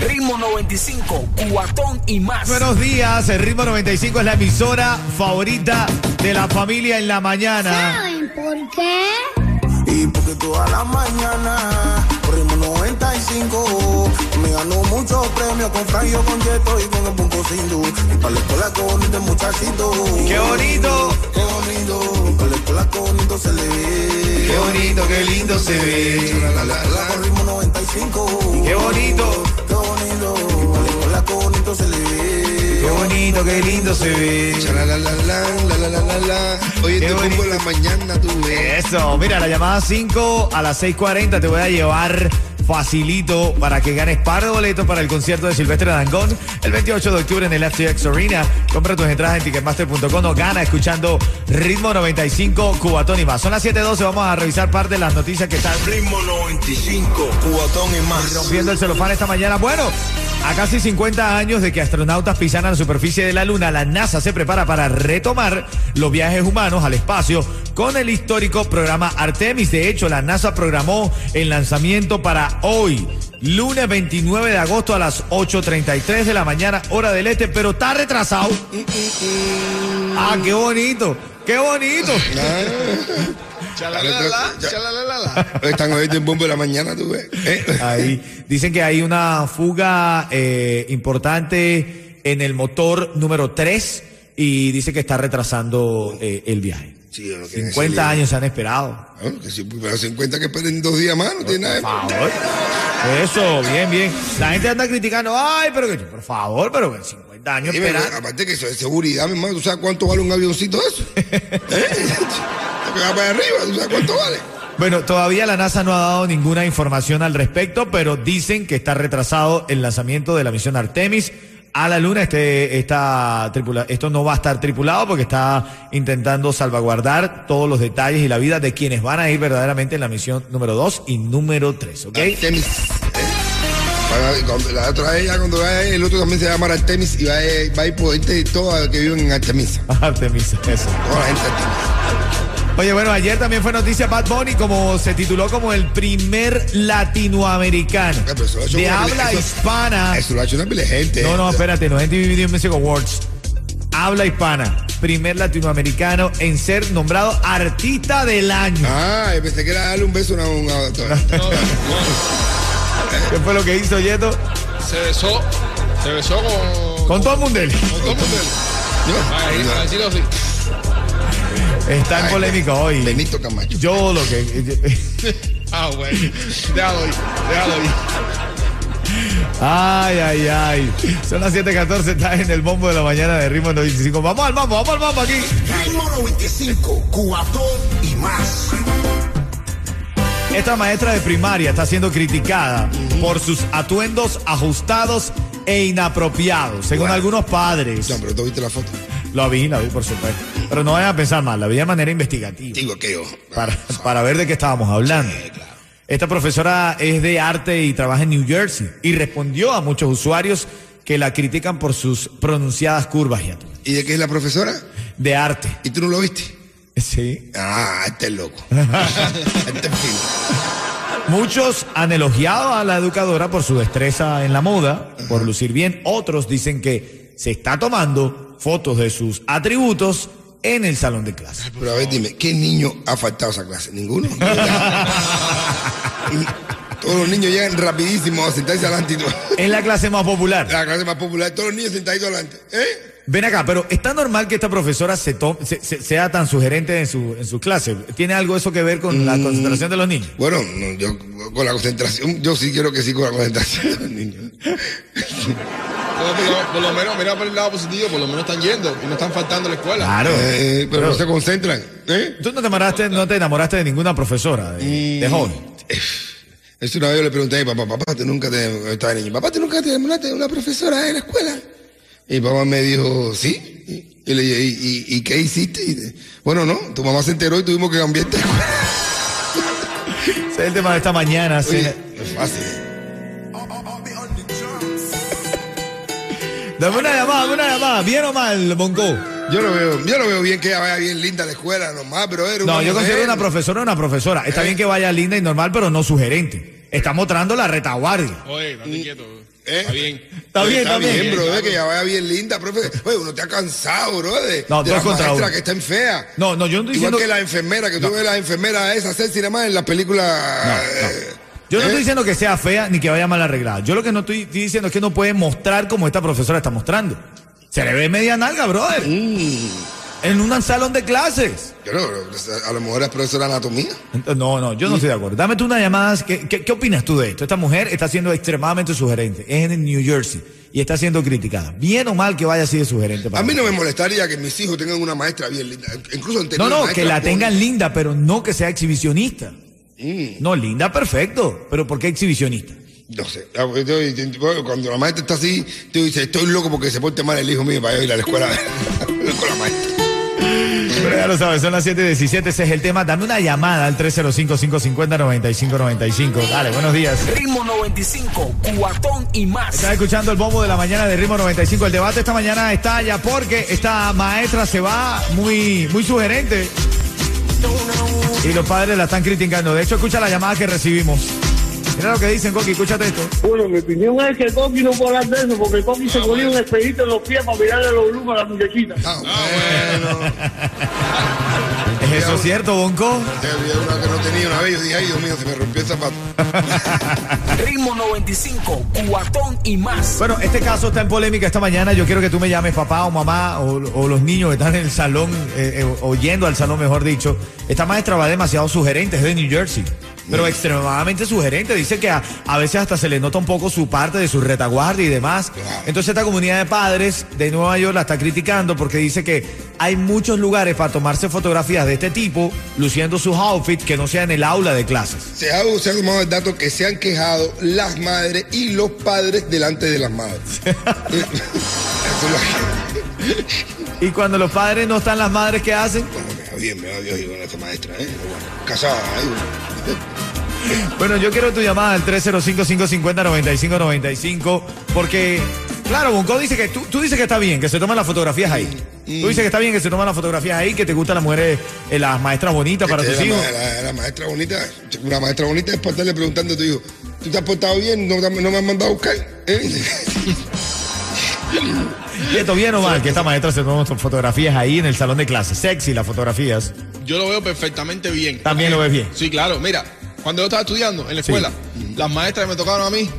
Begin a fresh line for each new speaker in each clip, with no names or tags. Ritmo 95, Cubatón y más.
Buenos días, el Ritmo 95 es la emisora favorita de la familia en la mañana.
¿Saben por qué?
Y porque toda la mañana corrimos 95. Me ganó muchos premios con Franjo, con Yeto y con el Bunco Sindu. Y para la escuela con este muchachito.
¡Qué bonito!
¡Qué bonito! Y para la escuela con bonito se le ve.
¡Qué bonito, qué lindo se ve!
La, la, la, corrimos 95.
¡Qué bonito!
¡Qué bonito! Y para la escuela con bonito se le ve.
¡Qué bonito, qué lindo se ve!
La, la, la, la, la, la, la, la, la. Oye,
Qué
te
bonito.
pongo la mañana, tú ves.
Eso, mira, la llamada 5 a las 6.40 te voy a llevar facilito para que ganes par de boletos para el concierto de Silvestre Dangón el 28 de octubre en el FTX Arena. Compra tus entradas en Ticketmaster.com o gana escuchando Ritmo 95 Cubatón y más. Son las 7.12, vamos a revisar parte de las noticias que están
Ritmo 95, Cubatón y más.
rompiendo el celofán esta mañana. Bueno, a casi 50 años de que astronautas pisaran la superficie de la Luna, la NASA se prepara para retomar los viajes humanos al espacio con el histórico programa Artemis. De hecho, la NASA programó el lanzamiento para hoy. Lunes 29 de agosto a las 8.33 de la mañana, hora del este, pero está retrasado. Ah, qué bonito, qué bonito.
Chalalala, Están oyendo el bombo de la mañana, tú ves. Eh,
Ahí. Dicen que hay una fuga eh, importante en el motor número 3 y dice que está retrasando eh, el viaje.
Sí, yo no quiero
50
decirle.
años se han esperado.
Bueno, que si pero 50 que esperen dos días más, no tiene nada de
Por favor. Eso, bien, bien. La gente anda criticando, ay, pero que por favor, pero que 50 años
Sí, pero
esperando.
aparte que eso es seguridad, mi hermano, ¿tú sabes cuánto vale un avioncito eso? ¿Eh? Lo que va para arriba, ¿tú sabes cuánto vale?
Bueno, todavía la NASA no ha dado ninguna información al respecto, pero dicen que está retrasado el lanzamiento de la misión Artemis a la Luna. Este, esta tripula- esto no va a estar tripulado porque está intentando salvaguardar todos los detalles y la vida de quienes van a ir verdaderamente en la misión número 2 y número 3, ¿ok?
Artemis. ¿eh? Para- y cuando- La otra vez, ya cuando vaya, el otro también se va a llamar Artemis y va a, va a ir por gente toda que viven en Artemisa.
Artemis, eso.
Toda la gente de Artemisa.
Oye, bueno, ayer también fue noticia Bad Bunny, como se tituló como el primer latinoamericano
Ah, pero eso lo ha hecho
de
una pila-
habla
eso-
hispana.
Eso lo ha hecho una pila de gente.
No, no,
O sea,
espérate, no es Dividido Music Awards. Habla hispana, primer latinoamericano en ser nombrado artista del año.
Ah, yo pensé que era darle un beso a una. una- una-
¿Qué fue lo que hizo Yeto?
Se besó, se besó con.
Con todo el mundo.
con todo el mundo. Ahí,
No,
para
no,
decirlo así.
Está en polémica hoy.
Benito Camacho.
Yo lo que.
Ah, bueno. Déjalo ir, déjalo ir.
Ay, ay, ay. Son las 7:14, estás en el bombo de la mañana de Ritmo 95. Vamos al mambo, vamos al mambo aquí.
Ritmo 95, Cubatón y más.
Esta maestra de primaria está siendo criticada por sus atuendos ajustados e inapropiados, según
Bueno.
algunos padres.
No, pero tú viste la foto.
La vi, la vi, por supuesto. Pero no vayan a pensar mal, la vi de manera investigativa.
Digo que yo.
Para, para ver de qué estábamos hablando. Esta profesora es de arte y trabaja en New Jersey y respondió a muchos usuarios que la critican por sus pronunciadas curvas y atuendos.
¿Y de qué es la profesora?
De arte.
¿Y tú no lo viste?
Sí.
Ah, este es loco. este es fino.
Muchos han elogiado a la educadora por su destreza en la moda, por lucir bien. Otros dicen que se está tomando fotos de sus atributos en el salón de clase.
Pero a ver, dime, ¿qué niño ha faltado a esa clase? ¿Ninguno? Y todos los niños llegan rapidísimo a sentarse adelante. y todo.
Es la clase más popular.
La clase más popular, todos los niños sentaditos adelante. ¿Eh?
Ven acá, pero ¿está normal que esta profesora se to- se- se- sea tan sugerente en su, en su clase? ¿Tiene algo eso que ver con la concentración de los niños?
Bueno, no, yo con la concentración, yo sí quiero que sí con la concentración de los niños.
Por, lo- por lo menos, mira por el lado positivo, por lo menos están yendo y no están faltando a la escuela.
Claro.
Eh, pero no se concentran. ¿Eh?
Tú no te enamoraste, no te enamoraste de ninguna profesora eh, de, de joven.
Es una vez yo le pregunté a mi papá, papá, tú nunca te yo estaba niño, papá, tú nunca te enamoraste de una profesora en la escuela. Y mi papá me dijo, sí. Y- Y le dije, ¿y, y- y qué hiciste? Y dice, bueno, no, tu mamá se enteró y tuvimos que cambiar esta escuela.
Ese es el tema de esta mañana. sí.
Oye, es fácil.
Dame una llamada, dame una llamada. ¿Bien o mal, Bonco?
Yo no veo, yo no veo bien que ella vaya bien linda a la escuela, nomás, pero era
No,
una
yo considero
mujer.
una profesora una profesora. Está bien que vaya linda y normal, pero no sugerente. Está mostrando la retaguardia.
Oye, date quieto.
¿Eh?
Está bien.
Está bien, está bien.
bro, que ella vaya bien linda, profe. Oye, uno te ha cansado, bro, de,
No,
de
dos
las
contra
maestras
uno.
que están feas.
No, no, yo no estoy
Igual
diciendo...
que las enfermeras, que tú ves las enfermeras esas hacer cinema en las películas. eh,
Yo no
¿eh?
estoy diciendo que sea fea ni que vaya mal arreglada. Yo lo que no estoy estoy diciendo es que no puede mostrar como esta profesora está mostrando. Se le ve media nalga, brother. En un salón de clases.
Yo no, bro, a lo mejor es profesora de anatomía.
Ent- No, no, yo no estoy de acuerdo. Dame tú una llamada. ¿Qué, qué, qué opinas tú de esto? Esta mujer está siendo extremadamente sugerente. Es en New Jersey y está siendo criticada. Bien o mal que vaya así de sugerente. para
A mí
mí.
no me molestaría que mis hijos tengan una maestra bien linda. Incluso han
No,
tenido
no,
maestras
que la
bonitas.
tengan linda, pero no que sea exhibicionista. No, linda, perfecto. Pero ¿por qué exhibicionista?
No sé. Ah, pues, yo- yo- yo- Cuando la maestra está así, tú dices, estoy loco porque se porte mal el hijo mío para yo ir a la escuela. con la maestra.
Pero ya lo sabes, son las 7 y 17, ese es el tema. Dame una llamada al 305-550-9595. Dale, buenos días.
Ritmo 95, cuatón y más.
Estás escuchando el bombo de la mañana de Ritmo 95. El debate esta mañana estalla porque esta maestra se va muy, muy sugerente. Y los padres la están criticando. De hecho, escucha la llamada que recibimos. Mira lo que dicen, Coqui, escúchate esto.
Bueno, mi opinión es que Coqui no puede hablar de eso, porque Coqui
Ah,
se ponía un espejito en los pies para mirarle los lumos a la muchachita.
Ah, bueno.
¿Es eso cierto, Bonco?
Te olvidé una que no tenía una vez. Yo dije, ay, Dios mío, se me rompió el zapato.
Ritmo 95, cuatón y más.
Bueno, este caso está en polémica esta mañana. Yo quiero que tú me llames papá o mamá o, o los niños que están en el salón, eh, eh, o yendo al salón, mejor dicho. Esta maestra va demasiado sugerente, es de New Jersey. Pero extremadamente sugerente. Dice que a, a veces hasta se le nota un poco su parte de su retaguardia y demás. Entonces esta comunidad de padres de Nueva York la está criticando porque dice que hay muchos lugares para tomarse fotografías de este tipo, luciendo sus outfits que no sea en el aula de clases.
Se ha, se ha tomado el dato que se han quejado las madres y los padres delante de las madres. Eso es lo que-
Y cuando los padres no están, las madres, ¿qué hacen?
Bueno, me va bien, me va bien y con esta maestra, ¿eh? Bueno, casada, ¿eh?
Bueno, yo quiero tu llamada al 305-550-9595 porque, claro, Bunko dice que tú, tú dices que está bien, que se toman las fotografías ahí. Tú dices que está bien que se toman las fotografías ahí, que te gustan las mujeres, eh, las maestras bonitas para
Este,
tus
la,
hijos.
ma- la- la maestra bonita, una maestra bonita es para estarle preguntando a tu hijo, ¿tú te has portado bien? ¿No, te- no me has mandado a buscar? ¿Eh?
Y esto bien o mal, que esta maestra se toma sus fotografías ahí en el salón de clases. Sexy las fotografías.
Yo lo veo perfectamente bien.
También lo ves bien.
Sí, claro. Mira, cuando yo estaba estudiando en la escuela, las maestras que me tocaron a mí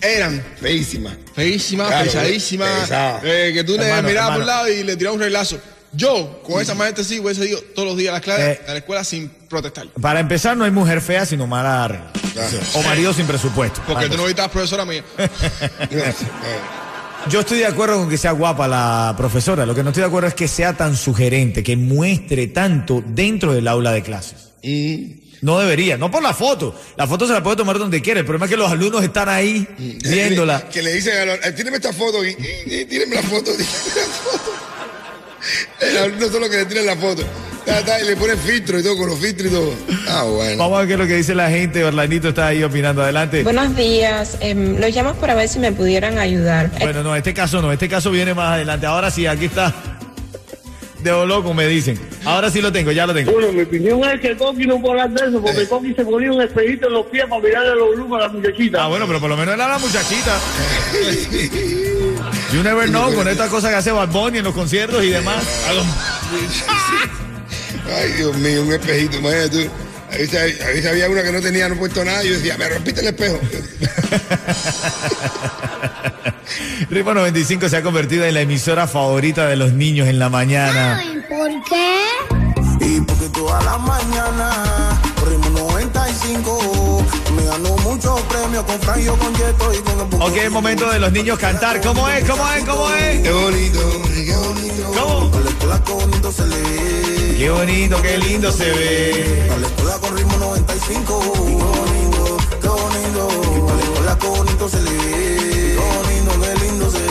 eran
Feísima.
feísimas,
Claro,
pesadísimas,
pesada.
eh, que tú le
Hermano,
mirabas por un
hermano.
lado y le tirabas un reglazo. Yo, con esa maestra sí, hubiese ido todos los días a las clases,
Eh.
a la escuela sin protestar.
Para empezar, no hay mujer fea, sino mala arregla.
Claro.
O marido sin presupuesto.
Porque
Vamos.
tú no visitabas profesora mía.
No, no.
Yo estoy de acuerdo con que sea guapa la profesora. Lo que no estoy de acuerdo es que sea tan sugerente, que muestre tanto dentro del aula de clases. No debería, no por la foto. La foto se la puede tomar donde quiere. El problema es que los alumnos están ahí
Mm.
viéndola.
Que le dicen a los, tíreme esta foto, y, y- y tíreme la foto, tíreme la foto. El alumno solo que le tiran la foto. Ta, ta, y le ponen filtro y todo, con los filtros y todo. Ah, bueno.
Vamos a ver qué es lo que dice la gente. Orlanito está ahí opinando. Adelante.
Buenos días, em, los llamo para ver si me
eh.
pudieran ayudar.
Bueno, no, este caso no. Este caso viene más adelante. Ahora sí, aquí está. de Oloco, me dicen. Ahora sí lo tengo, ya lo tengo.
Bueno, mi opinión es que Coqui no puede hablar de eso,
Eh.
porque Coqui se ponía un espejito en los pies para mirarle los lumos a la muchachita.
Ah, bueno, pero por lo menos era la muchachita. You never know con estas cosas que hace Bad Bunny en los conciertos y demás.
Ay, Dios mío, un espejito, imagínate tú. A veces, a veces había una que no tenía no puesto nada y yo decía, me rompiste el espejo.
Ritmo 95 se ha convertido en la emisora favorita de los niños en la mañana.
¿Por qué? Y porque toda la mañana Ritmo 95 Me ganó muchos premios con Fran, yo con Yeto y con el Buco.
Ok, momento de los niños cantar. ¿Cómo es? ¿Cómo es? ¿Cómo es?
Qué bonito, qué
bonito. ¿Cómo?
A la escuela con bonito se lee
Qué bonito, qué lindo se ve.
A la escuela con Ritmo 95 Qué bonito, qué bonito A la escuela con bonito se lee Qué bonito, qué lindo se ve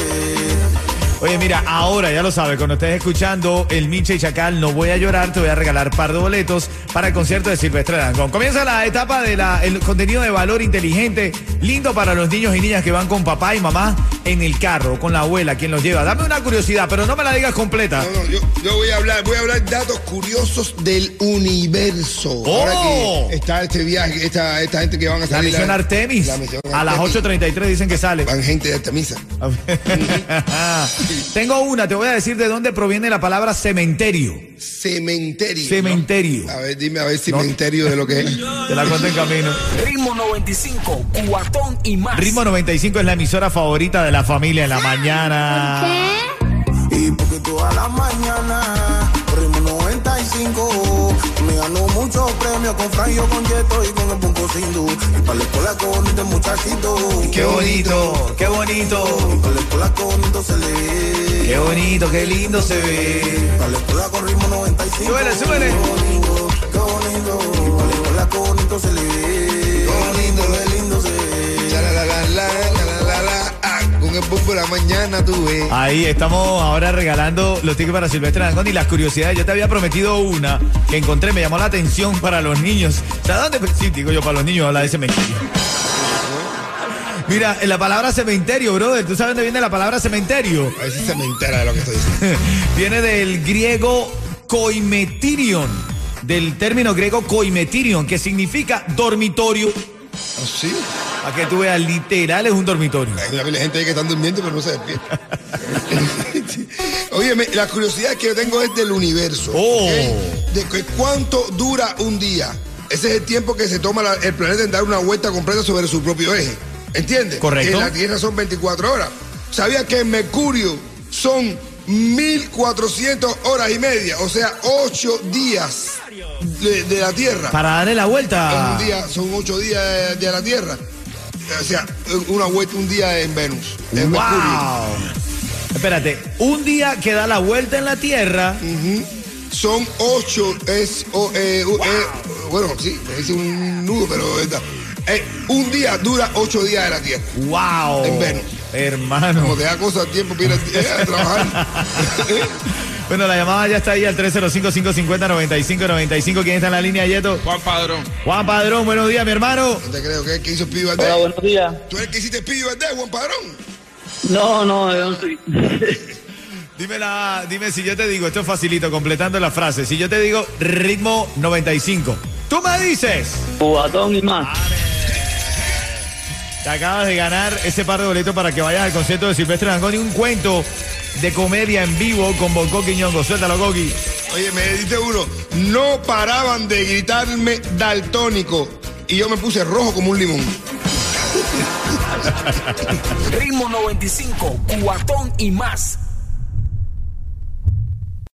Oye, mira, ahora ya lo sabes, cuando estés escuchando el Minche y Chacal, no voy a llorar, te voy a regalar par de boletos para el concierto de Silvestre Dangón. Comienza la etapa del contenido de valor inteligente, lindo para los niños y niñas que van con papá y mamá en el carro, con la abuela, quien los lleva. Dame una curiosidad, pero no me la digas completa.
No, no, yo, yo voy a hablar, voy a hablar datos curiosos del universo.
¡Oh!
Ahora que está este viaje, esta, esta gente que van a
La
salir.
misión Artemis,
la misión
a las
Artemis.
8.33 dicen que sale.
Van gente de Artemisa.
Tengo una, te voy a decir de dónde proviene la palabra cementerio.
Cementerio.
Cementerio.
A ver, dime a ver cementerio de lo que es.
Te la cuento en camino.
Ritmo 95, cuatón y más.
Ritmo 95 es la emisora favorita de la familia en la mañana.
Y porque toda la mañana Ritmo 95 Me ganó muchos premios con Fran, yo con Yeto y con el Bunco Sindu Y para la escuela con bonito muchachito
Qué bonito, qué bonito,
Y para la escuela con bonito se lee
qué bonito, qué lindo se ve.
Para la escuela con Ritmo 95
Súbele, súbele.
Qué bonito, qué bonito Y para la escuela con bonito se lee Qué lindo, qué lindo se ve
La, la, la, la, la, la, la, la, ah, Con el bombo de la mañana tú ves.
Ahí estamos ahora regalando los tickets para Silvestre Dangón y las curiosidades. Yo te había prometido una que encontré, me llamó la atención para los niños. O sea, ¿dónde? Pues, Sí, digo yo, para los niños habla de cementerio. Mira, en la palabra cementerio, brother, ¿tú sabes dónde viene la palabra cementerio?
A ver si se me entera de lo que estoy diciendo.
Viene del griego koimetirion, del término griego koimetirion, que significa dormitorio.
Ah, sí.
Para que tú veas, literal es un dormitorio.
Hay una pila de gente ahí que están durmiendo pero no se despierta. Oye, me- la curiosidad que yo tengo es del universo.
Oh.
¿ok? De que cuánto dura un día. Ese es el tiempo que se toma la- el planeta en dar una vuelta completa sobre su propio eje. ¿Entiendes?
Correcto.
Que en la Tierra son 24 horas. ¿Sabías que en Mercurio son 1400 horas y media? O sea, 8 días de, de la Tierra.
Para darle la
En
vuelta.
un día, son ocho días de, de la Tierra. O sea, una vuelta un día en Venus. En
¡Wow!
Mercurio.
Espérate, un día que da la vuelta en la Tierra.
Son ocho, es, o, eh, u- eh, bueno, sí, es un nudo, pero es verdad. Eh, un día dura ocho días de la Tierra.
¡Wow!
En Venus. Como
Hermano.
te da cosa tiempo para ir a- eh, a trabajar. Eh,
Bueno, la llamada ya está ahí al 305-550-9595. ¿Quién está en la línea, Yeto?
Juan Padrón.
Juan Padrón, buenos días, mi hermano.
No te creo que es que hizo Pío
Hola,
Valdés.
buenos días.
Tú eres el que hiciste Pío Valdés, Juan Padrón.
No, no, yo no soy.
Dime, la, dime si yo te digo, esto es facilito, completando la frase. Si yo te digo ritmo 95, tú me dices,
Cubatón y más.
te acabas de ganar ese par de boletos para que vayas al concierto de Silvestre Dangón y un cuento de comedia en vivo con Bonco Quiñongo. Suéltalo, Gogi.
Oye, me diste uno. No paraban de gritarme daltónico. Y yo me puse rojo como un limón.
Ritmo 95, cuatón y más.